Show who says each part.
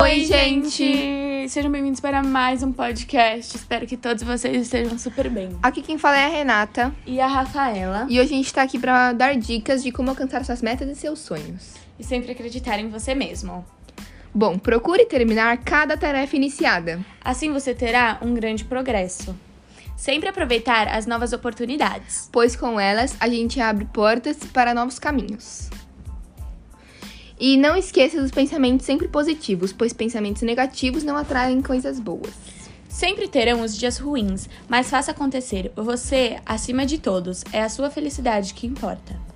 Speaker 1: Oi, gente!
Speaker 2: Sejam bem-vindos para mais um podcast. Espero que todos vocês estejam super bem.
Speaker 1: Aqui quem fala é a Renata
Speaker 2: E a Rafaela.
Speaker 1: e hoje a gente tá aqui pra dar dicas de como alcançar suas metas e seus sonhos.
Speaker 2: E sempre acreditar em você mesmo.
Speaker 1: Bom, procure terminar cada tarefa iniciada.
Speaker 2: Assim você terá um grande progresso. Sempre aproveitar as novas oportunidades.
Speaker 1: pois com elas a gente abre portas para novos caminhos. E não esqueça dos pensamentos sempre positivos, pois pensamentos negativos não atraem coisas boas.
Speaker 2: Sempre terão os dias ruins, mas faça acontecer. Você, acima de todos, é a sua felicidade que importa.